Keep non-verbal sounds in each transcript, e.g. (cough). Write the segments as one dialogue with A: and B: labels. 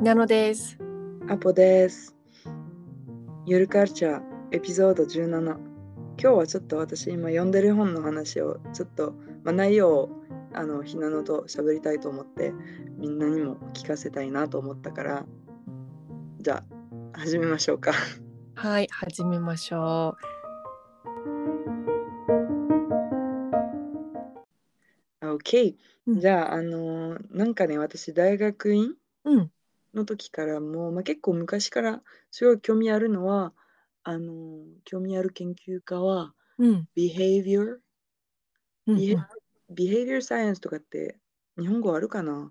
A: なのです。
B: アポです。ゆるカルチャーエピソード17。今日はちょっと私今読んでる本の話をちょっと、まあ、内容をあのひなのと喋りたいと思ってみんなにも聞かせたいなと思ったからじゃあ始めましょうか。 (laughs)
A: はい、始めましょ
B: あ OK、
A: うん
B: じゃああのーなんかね私大学院
A: う。うん。
B: の時からもう、まあ、結構昔からすごい興味あるのはあのー興味ある研究家は
A: うん。
B: behavior
A: うん、
B: ビヘビヘイビアサイエンスとかって日本語あるかな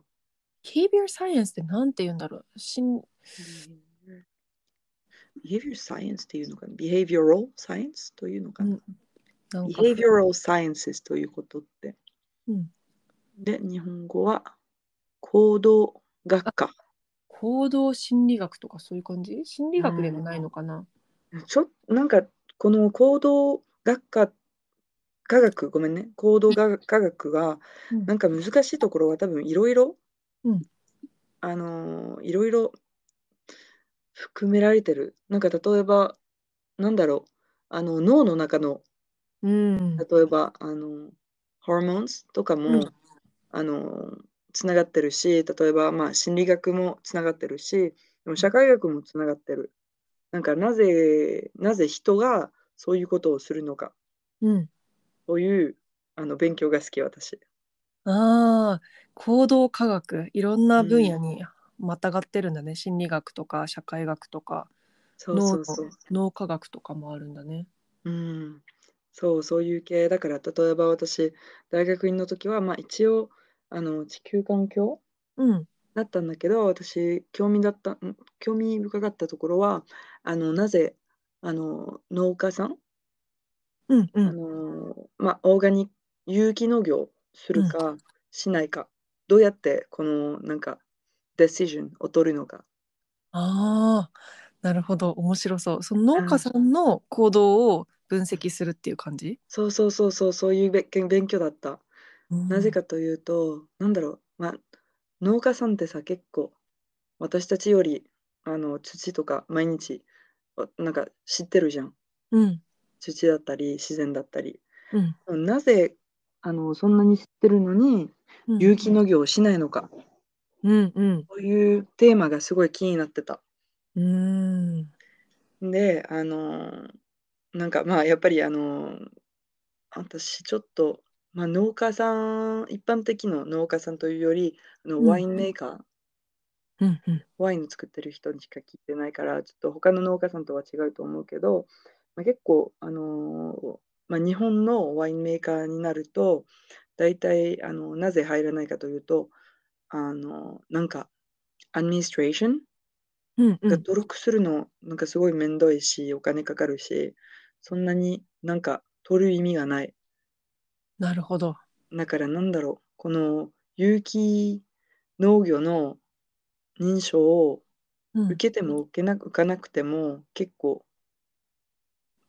A: ビビアサイエンスってなんて言うんだろう。しん
B: ビヘイビアサイエンスっていうのかなビヘイビアルサイエンスというのかな、
A: なん
B: ビ
A: か
B: ヘイビアルサイエンスということって。
A: うん
B: で、日本語は行動学科。
A: 行動心理学とかそういう感じ心理学でもないのかな。
B: ちょっとなんかこの行動学科科学ごめんね行動が科学が
A: うん
B: なんか難しいところは多分いろいろ、
A: うん
B: あのーいろいろ含められてるなんか例えばなんだろうあの脳の中の
A: うん。
B: 例えばあのホルモンズとかも、
A: うん
B: あのつながってるし例えば、まあ、心理学もつながってるしでも社会学もつながってるなんかなぜなぜ人がそういうことをするのか
A: うん。
B: というあの勉強が好き私
A: ああ、行動科学。いろんな分野にまたがってるんだね。心理学とか社会学とか
B: そうそうそう
A: 脳と脳科学とかもあるんだね。
B: うん、そう、そういう系。だから、例えば私、大学院の時は、まあ一応、あの、地球環境
A: うん。
B: だったんだけど、私、興味だった、ん興味深かったところは、あの、なぜ、あの、農家さん、
A: うんう
B: あ
A: ん。
B: の、まあ、オーガニック、有機農業するか、しないか、どうやって、この、なんか、デシジョンを取るのか。
A: ああ、なるほど、面白そう。その農家さんの行動を分析するっていう感じ。
B: そうそうそうそう、そういうべ勉強だった。なぜ
A: か。
B: かというと、なんだろう、まあ、農家さんってさ、結構、私たちより、あの、土とか毎日、おなんか知ってるじゃん。
A: うん。
B: 土だったり、自然だったり。
A: うん。
B: なぜ、あの、そんなに知ってるのに、
A: うん
B: 有機農業をしないのか、
A: うん。うん。
B: そういうテーマがすごい気になってた。
A: うーん。
B: で、あのーなんかまあやっぱりあのー私ちょっと、まあ、農家さん一般的の農家さんというよりあの
A: うん
B: ワインメーカー、
A: うん。うん。
B: ワインを作ってる人にしか聞いてないからちょっと他の農家さんとは違うと思うけど、まあ、結構あのーまあ、日本のワインメーカーになると大体あのなぜ入らないかというとあのなんかアドミニストレーション
A: うん。う
B: が
A: ん。
B: 登録するのなんかすごい面倒いしお金かかるしそんなになんか取る意味がない
A: なるほど。
B: だからなんだろうこの有機農業の認証を
A: うん。
B: 受けても受けな受かなくても結構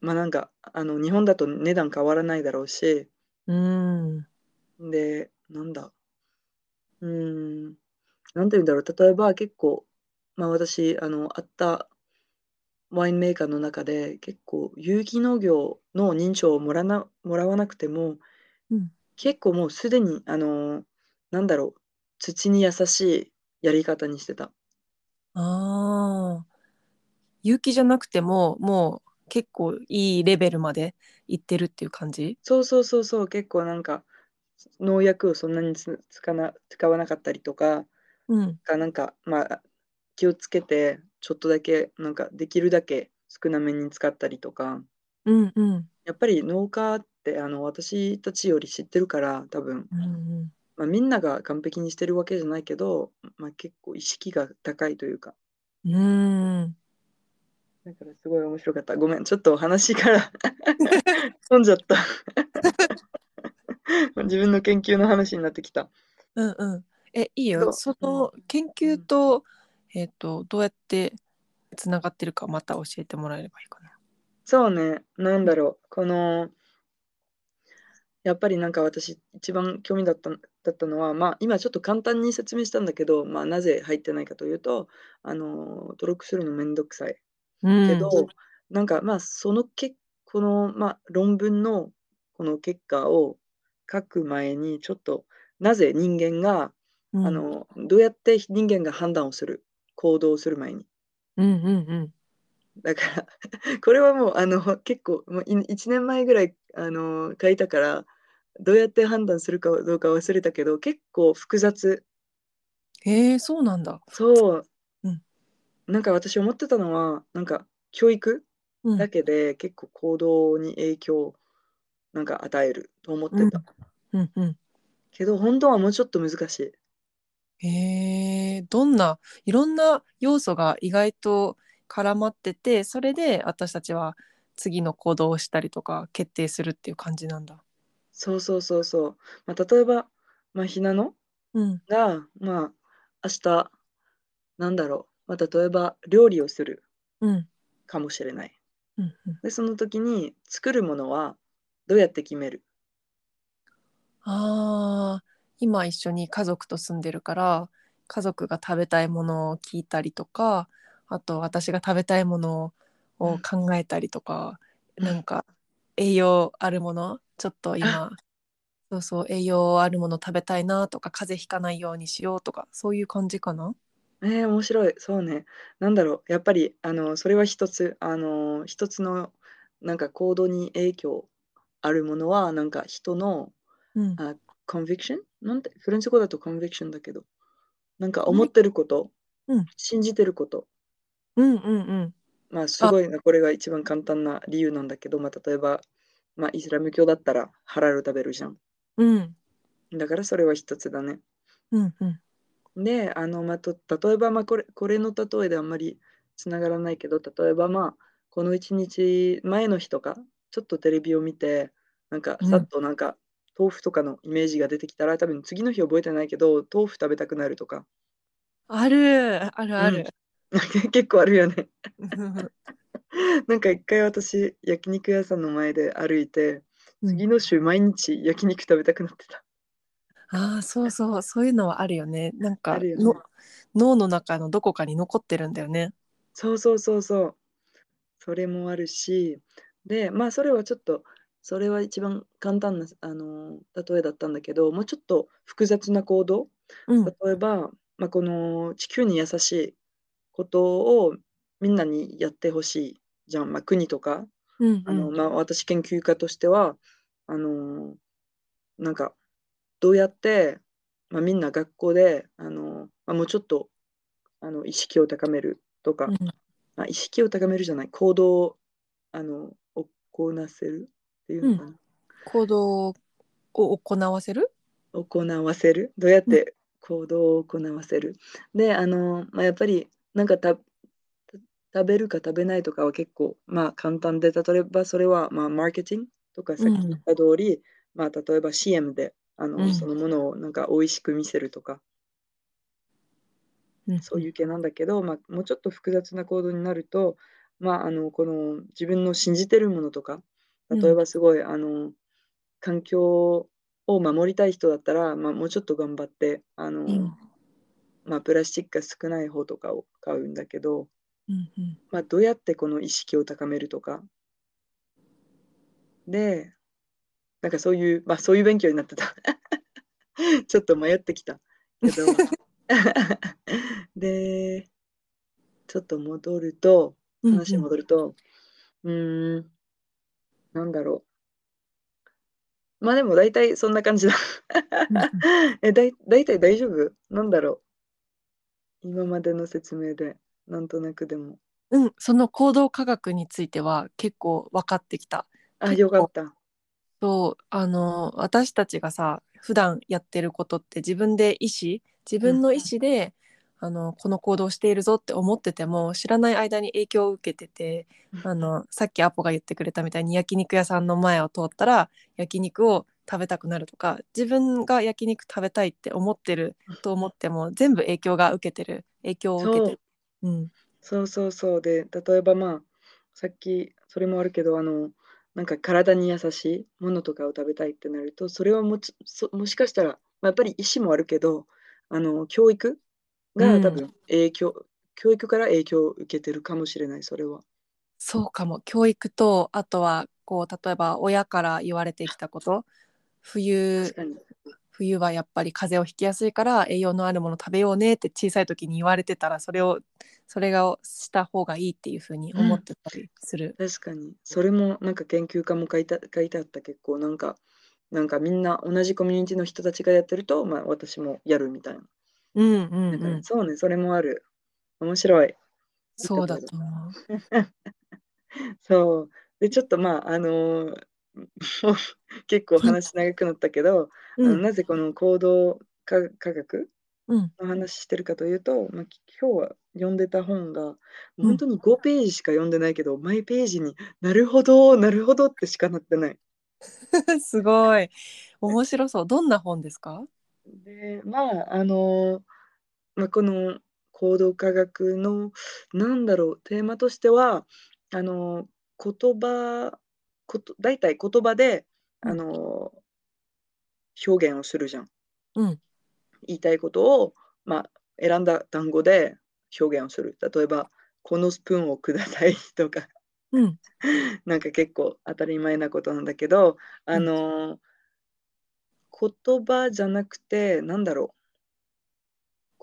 B: まあなんかあの日本だと値段変わらないだろうし
A: うーん。
B: でなんだうーんなんて言うんだろう例えば結構まあ私あのあったワインメーカーの中で結構有機農業の認証をもらなもらわなくても、
A: うん
B: 結構もうすでにあのなんだろう土に優しいやり方にしてた
A: ああ。有機じゃなくても、もう結構いいレベルまで行ってるっていう感じ。
B: そうそうそうそう結構なんか農薬をそんなにつ使な使わなかったりとか
A: うん。
B: がなんかまあ気をつけてちょっとだけなんかできるだけ少なめに使ったりとか
A: うん。うん。
B: やっぱり農家ってあの私たちより知ってるから多分、
A: うん。うん。
B: まあ、みんなが完璧にしてるわけじゃないけど、まあ、結構意識が高いというか
A: うーん。
B: だからすごい面白かったごめんちょっと話から飛んじゃった (laughs) 自分の研究の話になってきた
A: うんうん。え、いいよ。
B: そ
A: そうの研究と、えっと、どうやってつながってるか、また教えてもらえればいいかな。
B: そうね、なんだろう、この、やっぱりなんか私、一番興味だっただったのは、まあ、今ちょっと簡単に説明したんだけど、まあ、なぜ入ってないかというと、あの登録するのめんどくさい
A: うん
B: けど、なんかまあその結この、まあ、論文のこの結果を書く前にちょっとなぜ人間が、
A: うん
B: あのどうやって人間が判断をする行動をする前に
A: うんうん
B: だから (laughs) これはもうあの結構もうい1年前ぐらいあの書いたからどうやって判断するかどうか忘れたけど結構複雑
A: うんへえそうなんだ
B: そう、
A: うん
B: なんか私思ってたのはなんか教育
A: うん
B: だけで結構行動に影響をなんか与えると思ってた、
A: うんうん
B: けど本当はもうちょっと難しい
A: へえどんないろんな要素が意外と絡まっててそれで私たちは次の行動をしたりとか決定するっていう感じなんだ。
B: そうそうそうそう、まあ、例えば、まあ、ひなの
A: うん
B: がまあ明日なんだろう、まあ、例えば料理をする
A: うん
B: かもしれない
A: うんうん、
B: でその時に作るものはどうやって決める
A: あー今一緒に家族と住んでるから家族が食べたいものを聞いたりとかあと私が食べたいものを考えたりとか、
B: うん
A: なんか栄養あるものちょっと今そうそう栄養あるもの食べたいなとか風邪ひかないようにしようとかそういう感じかな
B: えー、面白いそうねなんだろうやっぱりあのそれは一つあの一つのなんか行動に影響あるものはなんか人の
A: うん
B: あ、コンビクションなんて、フランス語だとコンビクションだけど、なんか思ってること、
A: うん
B: 信じてること、
A: うんうんうん
B: まあすごいな、これが一番簡単な理由なんだけど、まあ例えば、まあイスラム教だったらハラル食べるじゃん。
A: うん
B: だからそれは一つだね。
A: うんうん
B: で、あの、まあと、例えば、まあこれ、これの例えであんまりつながらないけど、例えばまあ、この一日前の日とか、ちょっとテレビを見て、なんか
A: うん
B: さっとなんか、豆腐とかのイメージが出てきたら多分次の日覚えてないけど豆腐食べたくなるとか (laughs)
A: あるあるある、
B: 結構あるよね。 (laughs)
A: (laughs) うん
B: なんか一回私、焼肉屋さんの前で歩いて、
A: うん
B: 次の週毎日焼肉食べたくなってた。
A: ああそうそうそういうのはあるよねなん
B: あ
A: か
B: るよね
A: の脳の中のどこかに残ってるんだよね
B: そうそうそうそう。それもあるし、で、まあそれはちょっと、それは一番簡単な、あのー例えだったんだけど、もうちょっと複雑な行動、
A: うん
B: 例えば、まあ、この地球に優しいことをみんなにやってほしいじゃん、まあ、国とか
A: うん
B: あの、
A: うん
B: まあ、私研究家としてはあのーなんかどうやって、まあ、みんな学校であのー、まあ、もうちょっとあの意識を高めるとか、
A: うん
B: まあ、意識を高めるじゃない行動をあのを行なせるっていうのかな、
A: 行動を行わせる
B: 行わせるどうやって行動を行わせる、であのー、まあ、やっぱりなんかたた食べるか食べないとかは結構まあ簡単で例えばそれはまあマーケティングとかさっき
A: うん
B: 言った通り、まあ、例えば CM であの、
A: うん
B: そのものをなんか美味しく見せるとかそういう系なんだけど、まあ、もうちょっと複雑な行動になると、まあ、あのこの自分の信じてるものとか
A: うん
B: 例えばすごい、あの環境を守りたい人だったら、まあ、もうちょっと頑張ってあ
A: う
B: の、
A: ん
B: まあ、プラスチックが少ない方とかを買うんだけど、
A: うんうん
B: まあ、どうやってこの意識を高めるとかでなんかそういう、まあ、そういう勉強になってた (laughs) ちょっと迷ってきたけど (laughs) でちょっと戻ると
A: うん
B: 話に戻るとうーんなんだろうまあでも大体そんな感じだ (laughs)
A: うんうん
B: えだい大体大丈夫なんだろう今までの説明でなんとなくでも
A: うん、その行動科学については結構分かってきた。
B: あ
A: 結構
B: よかった
A: そう、あの、私たちがさ、普段やってることって自分で意思、自分の意思で、あの、この行動をしているぞって思ってても、知らない間に影響を受けてて、あの、さっきアポが言ってくれたみたいに焼肉屋さんの前を通ったら、焼肉を食べたくなるとか、自分が焼肉食べたいって思ってると思っても、全部影響が受けてる、影響を受けてる。うん、
B: そうそうそうで例えばまあさっきそれもあるけどあのなんか体に優しいものとかを食べたいってなるとそれはもちそもしかしたらまあ、やっぱり意思もあるけどあの教育が多
A: う
B: 分影響、教育から影響を受けてるかもしれないそれは。
A: そうかも教育とあとはこう例えば親から言われてきたこと冬
B: 確かに
A: 冬はやっぱり風邪をひきやすいから栄養のあるもの食べようねって小さい時に言われてたらそれをそれがした方がいいっていうふうに思ってたりする。
B: 確かにそれもなんか研究家も書いた書いてあった結構なんかなんかみんな同じコミュニティの人たちがやってると、まあ、私もやるみたいな。
A: うんうん
B: だか
A: う
B: ら
A: ん、
B: そうねそれもある。面白い。
A: そうだと思う。
B: そう。で、ちょっとまあ、あのー (laughs) もう結構話長くなったけど、あ
A: う
B: の
A: ん
B: なぜこの行動科科学
A: うん
B: の話してるかというと、まあ、き今日は読んでた本が、もう
A: うん
B: 本当に5ページしか読んでないけど、毎ページになるほど、なるほどってしかなってない。
A: (laughs) すごい面白そうどんな本ですか
B: で、まあ、あのーまあ、この行動科学の、なんだろう、テーマとしては、あのー言葉、こと大体言葉で、
A: うん
B: あのー表現をするじゃん。
A: うん
B: 言いたいことを、まあ、選んだ単語で表現をする。例えば、このスプーンをくださいとか、
A: うん
B: (laughs) なんか結構当たり前なことなんだけど、あのー言葉じゃなくて、なんだろ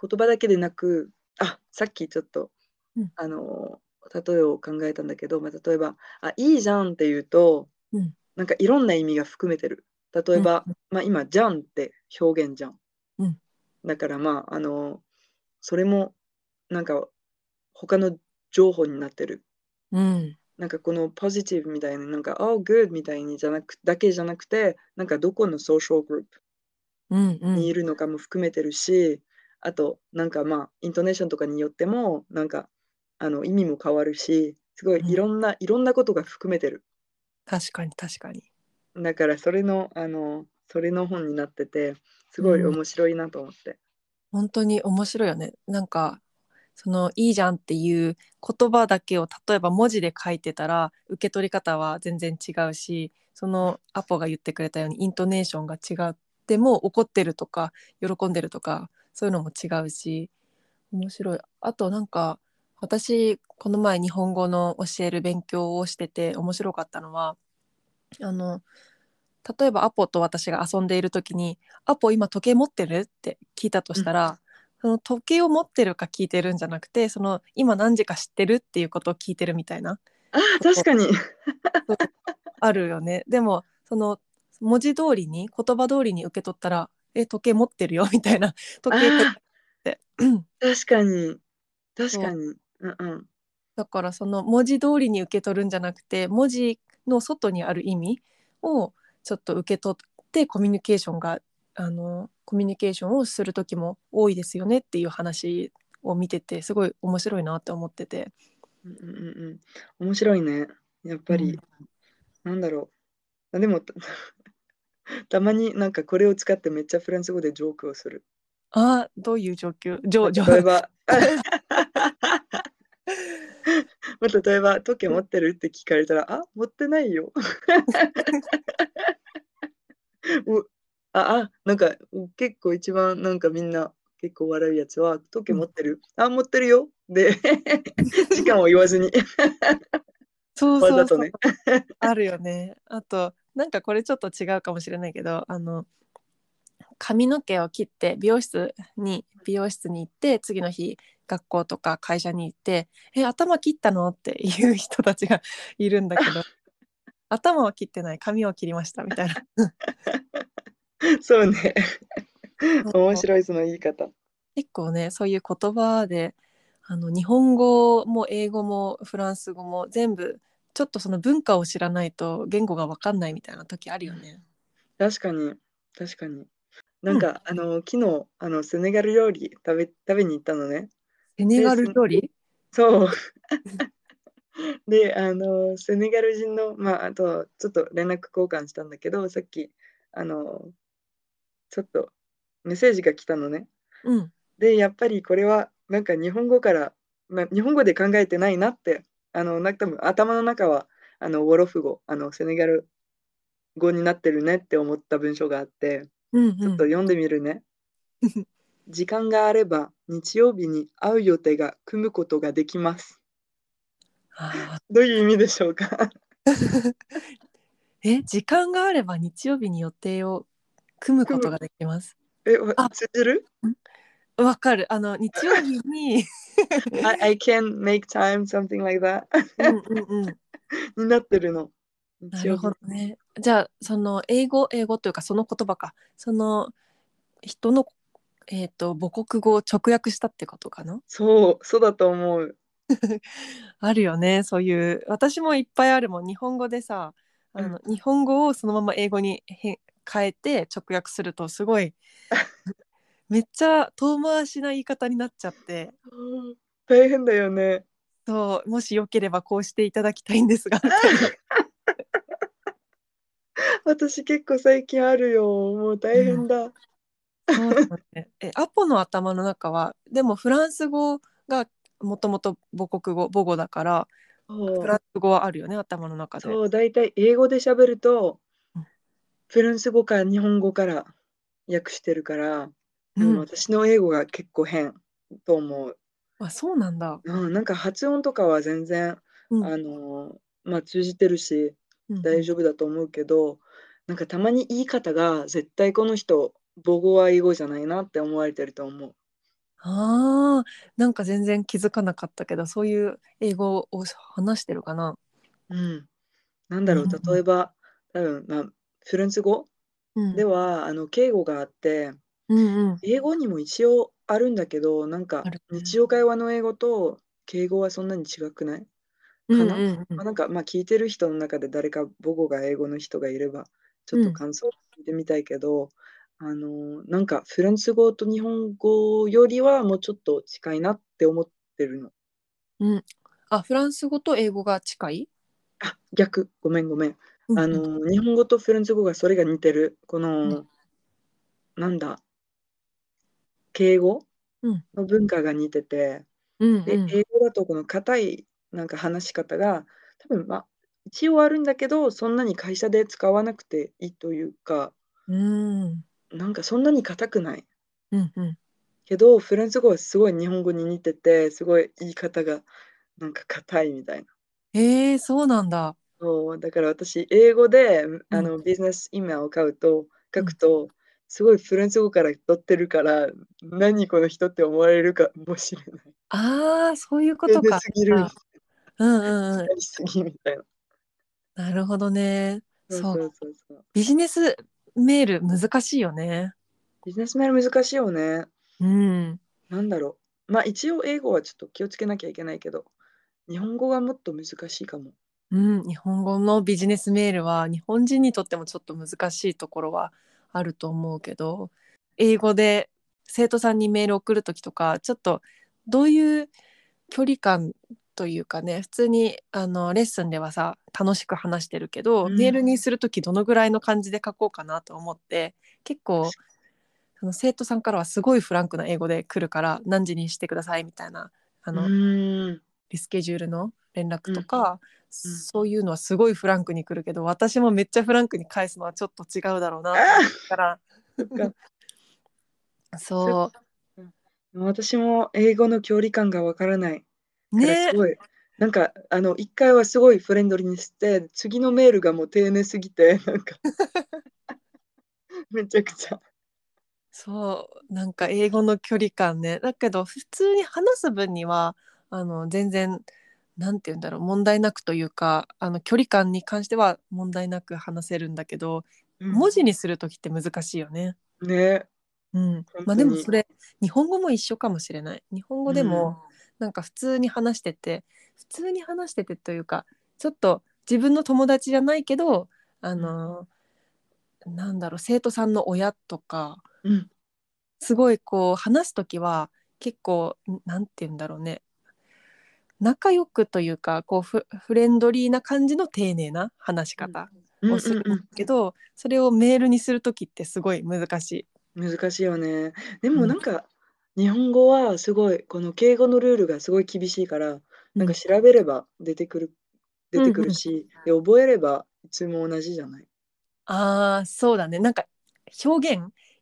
B: う。言葉だけでなく、あ、さっきちょっと、
A: うん
B: あのー例えを考えたんだけど、まあ、例えば、あ、いいじゃんって言うと、
A: うん
B: なんかいろんな意味が含めてる。例えば、まあ今、じゃんって表現じゃん。
A: うん
B: だからまあ、あの、それも、なんか、他の情報になってる。
A: うん
B: なんかこのポジティブみたいな、なんか、oh, good みたいにじゃなく、だけじゃなくて、なんかどこのソーシャルグルー
A: うんう
B: プにい
A: ん
B: るのかも含めてるし、あと、なんかまあ、イントネーションとかによっても、なんか、あの、意味も変わるし、すごい
A: うん
B: いろんな、いろんなことが含めてる。
A: 確かに確かに
B: だからそれのあのそれの本になっててすごい
A: うん
B: 面白いなと思って、
A: 本当に面白いよねなんかそのいいじゃんっていう言葉だけを例えば文字で書いてたら受け取り方は全然違うしそのアポが言ってくれたようにイントネーションが違っても怒ってるとか喜んでるとかそういうのも違うし面白いあとなんか私この前日本語の教える勉強をしてて面白かったのはあの例えばアポと私が遊んでいる時に「アポ今時計持ってる?」って聞いたとしたら、その時計を持ってるか聞いてるんじゃなくてその今何時か知ってるっていうことを聞いてるみたいな
B: ああ確かに
A: あるよねでもその文字通りに言葉通りに受け取ったら「え時計持ってるよ」み (laughs) たいな時計って
B: あー確かに確かにうんうん
A: だからその文字通りに受け取るんじゃなくて文字の外にある意味をちょっと受け取ってコミュニケーションがあのコミュニケーションをする時も多いですよねっていう話を見ててすごい面白いなって思ってて。
B: うんうんうんうん面白いねやっぱり、なんだろうあでもた (laughs) たまになんかこれを使ってめっちゃフランス語でジョークをする
A: ああどういう状況状
B: 例
A: 況
B: えば (laughs) まあ例えば時計持ってるって聞かれたらあ持ってないよ (laughs) うああなんか結構一番なんかみんな結構笑うやつは時計持ってる、あ持ってるよで時間を言わずに
A: そうそ
B: わ
A: う
B: ざ
A: そ
B: と
A: う、
B: ね
A: (laughs) あるよね。あとなんかこれちょっと違うかもしれないけどあの髪の毛を切って美容室に美容室に行って次の日学校とか会社に行って「え頭切ったの?」っていう人たちが (laughs) いるんだけ
B: (laughs)
A: ど頭は切ってない髪を切りましたみたいな
B: (laughs) そうね面
A: い
B: 白いその言い方
A: 結構ねそういう言葉であの日本語も英語もフランス語も全部ちょっとその文化を知らないと言語が分かんないみたいな時あるよね。
B: 確かに確かになんか、あの昨日あのセネガル料理食べ食べに行ったのね
A: セネガル料理
B: そうであのセネガル人のまああとちょっと連絡交換したんだけどさっきあのちょっとメッセージが来たのね
A: うん
B: でやっぱりこれはなんか日本語から、まあ、日本語で考えてないなってあのなんか多分頭の中はあのウォロフ語あのセネガル語になってるねって思った文章があって
A: うん
B: ちょっと読んでみ
A: (laughs)
B: るね。時間があれば日曜日に会う予定が組むことができます。
A: あ
B: どういう意味でしょうか (laughs)
A: (laughs) ーえ時間があれば日曜日に予定を組むことができます。
B: え、わ
A: あ
B: 通じる
A: わかるあの日曜日に
B: I, ?I can make time something like that
A: (laughs)
B: (laughs)
A: うんうん、うん、
B: になってるの。
A: (laughs) な
B: 日曜
A: る
B: 日
A: ほどね。じゃあその英語英語というかその言葉かその人の、えー、と母国語を直訳したってことかな
B: そう、そうだと思う。
A: あるよねそういう私もいっぱいあるもん日本語でさあの、日本語をそのまま英語に変変えて直訳するとすご
B: (laughs)
A: いめっちゃ遠回しな言い方になっちゃって
B: 大変だよね。
A: そうもしよければこうしていただきたいんです
B: (laughs)
A: が
B: 私結構最近あるよ。もう大変だ。
A: そうだねえアポの頭の中はでもフランス語がもともと母国語母語だから
B: そう
A: フランス語はあるよね頭の中で。
B: そう、大体英語で喋ると
A: うん、
B: フランス語から日本語から訳してるから、でも
A: うん、
B: 私の英語が結構変と思う。
A: あそうなんだ。
B: うん、なんか発音とかは全然、
A: うん
B: あのーまあ、通じてるし
A: うん
B: 大丈夫だと思うけど、なんかたまに言い方が絶対この人母語は英語じゃないなって思われてると思う。
A: ああ、なんか全然気づかなかったけど、そういう英語を話してるかな。
B: うん、なんだろ
A: うんうんうん
B: う例えば多分、まあ、フランス語
A: うん
B: ではあの敬語があって、
A: うんうん。
B: 英語にも一応あるんだけど、なんか
A: あるね
B: 日常会話の英語と敬語はそんなに違くない、
A: うん
B: か
A: うんう
B: な
A: ん
B: まあ、なんかまあ聞いてる人の中で誰か母語が英語の人がいれば、ちょっ
A: う
B: と
A: ん
B: 感想を聞いてみたいけど、あのーなんかフランス語と日本語よりはもうちょっと近いなって思ってるの。
A: うん。あ、フランス語と英語が近い。
B: あ、逆、ごめんごめん。
A: うん
B: あのー日本語とフランス語がそれが似てる。こ
A: う
B: の、なんだ、敬語
A: うん
B: の文化が似てて、
A: うん
B: で、
A: うん。
B: 英語だとこの硬いなんか話し方が多分まあ一応あるんだけどそんなに会社で使わなくていいというか
A: うん
B: なんかそんなに硬くない
A: うんうん。
B: けどフランス語はすごい日本語に似ててすごい言い方がなんか硬いみたいな
A: ええ、そうなんだ。
B: そうだから私英語で
A: うん
B: あのビジネスイメールを買うと書くとすごいフランス語から取ってるから何この人って思われるかもしれない
A: ああ、そういうこ
B: 丁
A: と
B: 寧
A: か。
B: すぎる
A: あうんうんうん。
B: やりすぎみたいな
A: なるほどね。
B: そう
A: そ、
B: そううそうそう
A: ビジネスメール難しいよね。
B: ビジネスメール難しいよね。
A: うん。
B: なんだろう。まあ一応英語はちょっと気をつけなきゃいけないけど、日本語がもっと難しいかも。
A: うん、日本語のビジネスメールは日本人にとってもちょっと難しいところはあると思うけど英語で生徒さんにメール送る時とかちょっとどういう距離感というかね普通にあのレッスンではさ楽しく話してるけど、
B: うん
A: メールにする時どのぐらいの感じで書こうかなと思って結構あの生徒さんからはすごいフランクな英語で来るから何時にしてくださいみたいなあ
B: う
A: の、
B: ーん。
A: リスケジュールの連絡と
B: うん
A: か、そういうのはすごいフランクに来るけど私もめっちゃフランクに返すのはちょっと違うだろうなと思ったから
B: そっか。
A: そ
B: 私も英語の距離感がわからない。
A: う
B: から
A: ね
B: すごい。なんかあの一回はすごいフレンドリーにして、次のメールがもう丁寧すぎて、 (laughs) なんかめちゃくちゃ。
A: そうなんか英語の距離感ねだけど普通に話す分にはあの全然なんて言うんだろう問題なくというかあの距離感に関しては問題なく話せるんだけど、
B: うん
A: 文字にする時って難しいよね。
B: ね。
A: うん
B: 本、当
A: まあでも
B: に
A: それ日本語も一緒かもしれない日本語でもなんか普通に話してて普通に話しててというかちょっと自分の友達じゃないけどあのなんだろう生徒さんの親とか
B: うん。
A: すごいこう話す時は結構んなんて言うんだろうね仲良くというかこうフフレンドリーな感じの丁寧な話し方
B: うんう
A: をする
B: ん
A: ん
B: う
A: だ
B: ん。
A: けど、それをメールにする時ってすごい難しい。
B: 難しいよね。で
A: う
B: も
A: ん
B: なんか日本語はすごいこの敬語のルールがすごい厳しいからなん
A: う
B: か
A: ん
B: 調べれば出てくる
A: うん
B: 出
A: うん
B: てくるし、で覚えればいつも同じじゃない。
A: ああそうだねなんか表現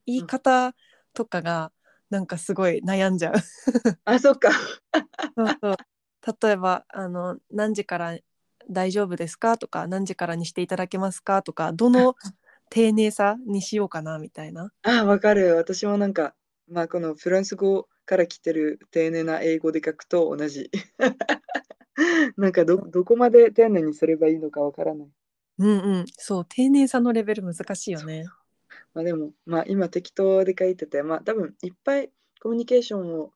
A: 言い方とかがなんかすごい悩んじゃう。
B: あそっか
A: そうそう (laughs) 例えばあの何時から大丈夫ですかとか何時からにしていただけますかとかどの丁寧さにしようかなみたいな。
B: あわかる私もなんかまあこのフランス語から来てる丁寧な英語で書くと同じ (laughs) なんかどどこまで丁寧にすればいいのかわからない
A: うんうん、そう丁寧さのレベル難しいよね。
B: まあでも、まあ今適当で書いてて、まあ多分いっぱいコミュニケーションを、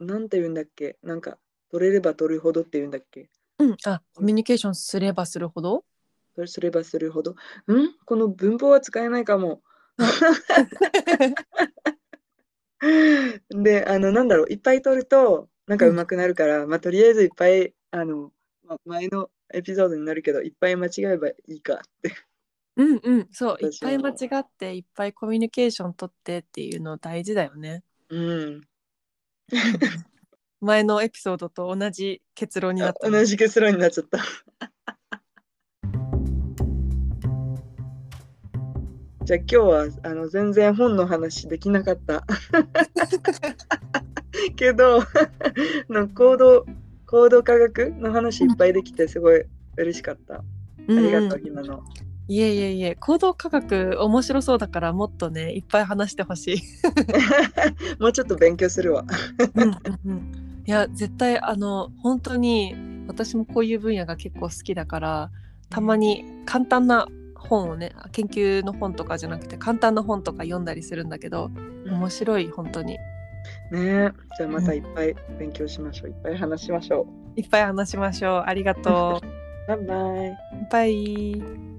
B: なんて言うんだっけ、なんか取れれば取るほどって言うんだっけ、
A: うん、あコミュニケーションすればするほ (laughs) ど
B: それすればするほど、んこの文法は使えないかも。 (laughs) で、あの、なんだろう、いっぱい取ると、なんか
A: うん
B: 上手くなるから、まあとりあえずいっぱい、あの、まあ、前のエピソードになるけど、いっぱい間違えばいいかって。
A: うんうんそういっ
B: 私は
A: ぱい間違っていっぱいコミュニケーション取ってっていうの大事だよね。
B: うん。
A: 前のエピソードと同じ結論になったね、
B: 同じ結論になっちゃった。 (laughs) じゃあ今日はあの全然本の話できなかった
A: (laughs)
B: けどの行動行動科学の話いっぱいできてすごい嬉しかった。あ
A: うんうん
B: りがとうひなの。
A: いえいえいえ行動科学面白そうだからもっとねいっぱい話してほしい。
B: (laughs) もうちょっと勉強するわ。
A: うんうん (laughs) うんいや絶対あの本当に私もこういう分野が結構好きだからたまに簡単な本をね研究の本とかじゃなくて簡単な本とか読んだりするんだけど面白い本当に
B: ねえじゃあまたいっぱい勉強しましょう。いっぱい話しましょ
A: いっぱい話しましょうありがとう (laughs)
B: う。バイバイ。
A: バイ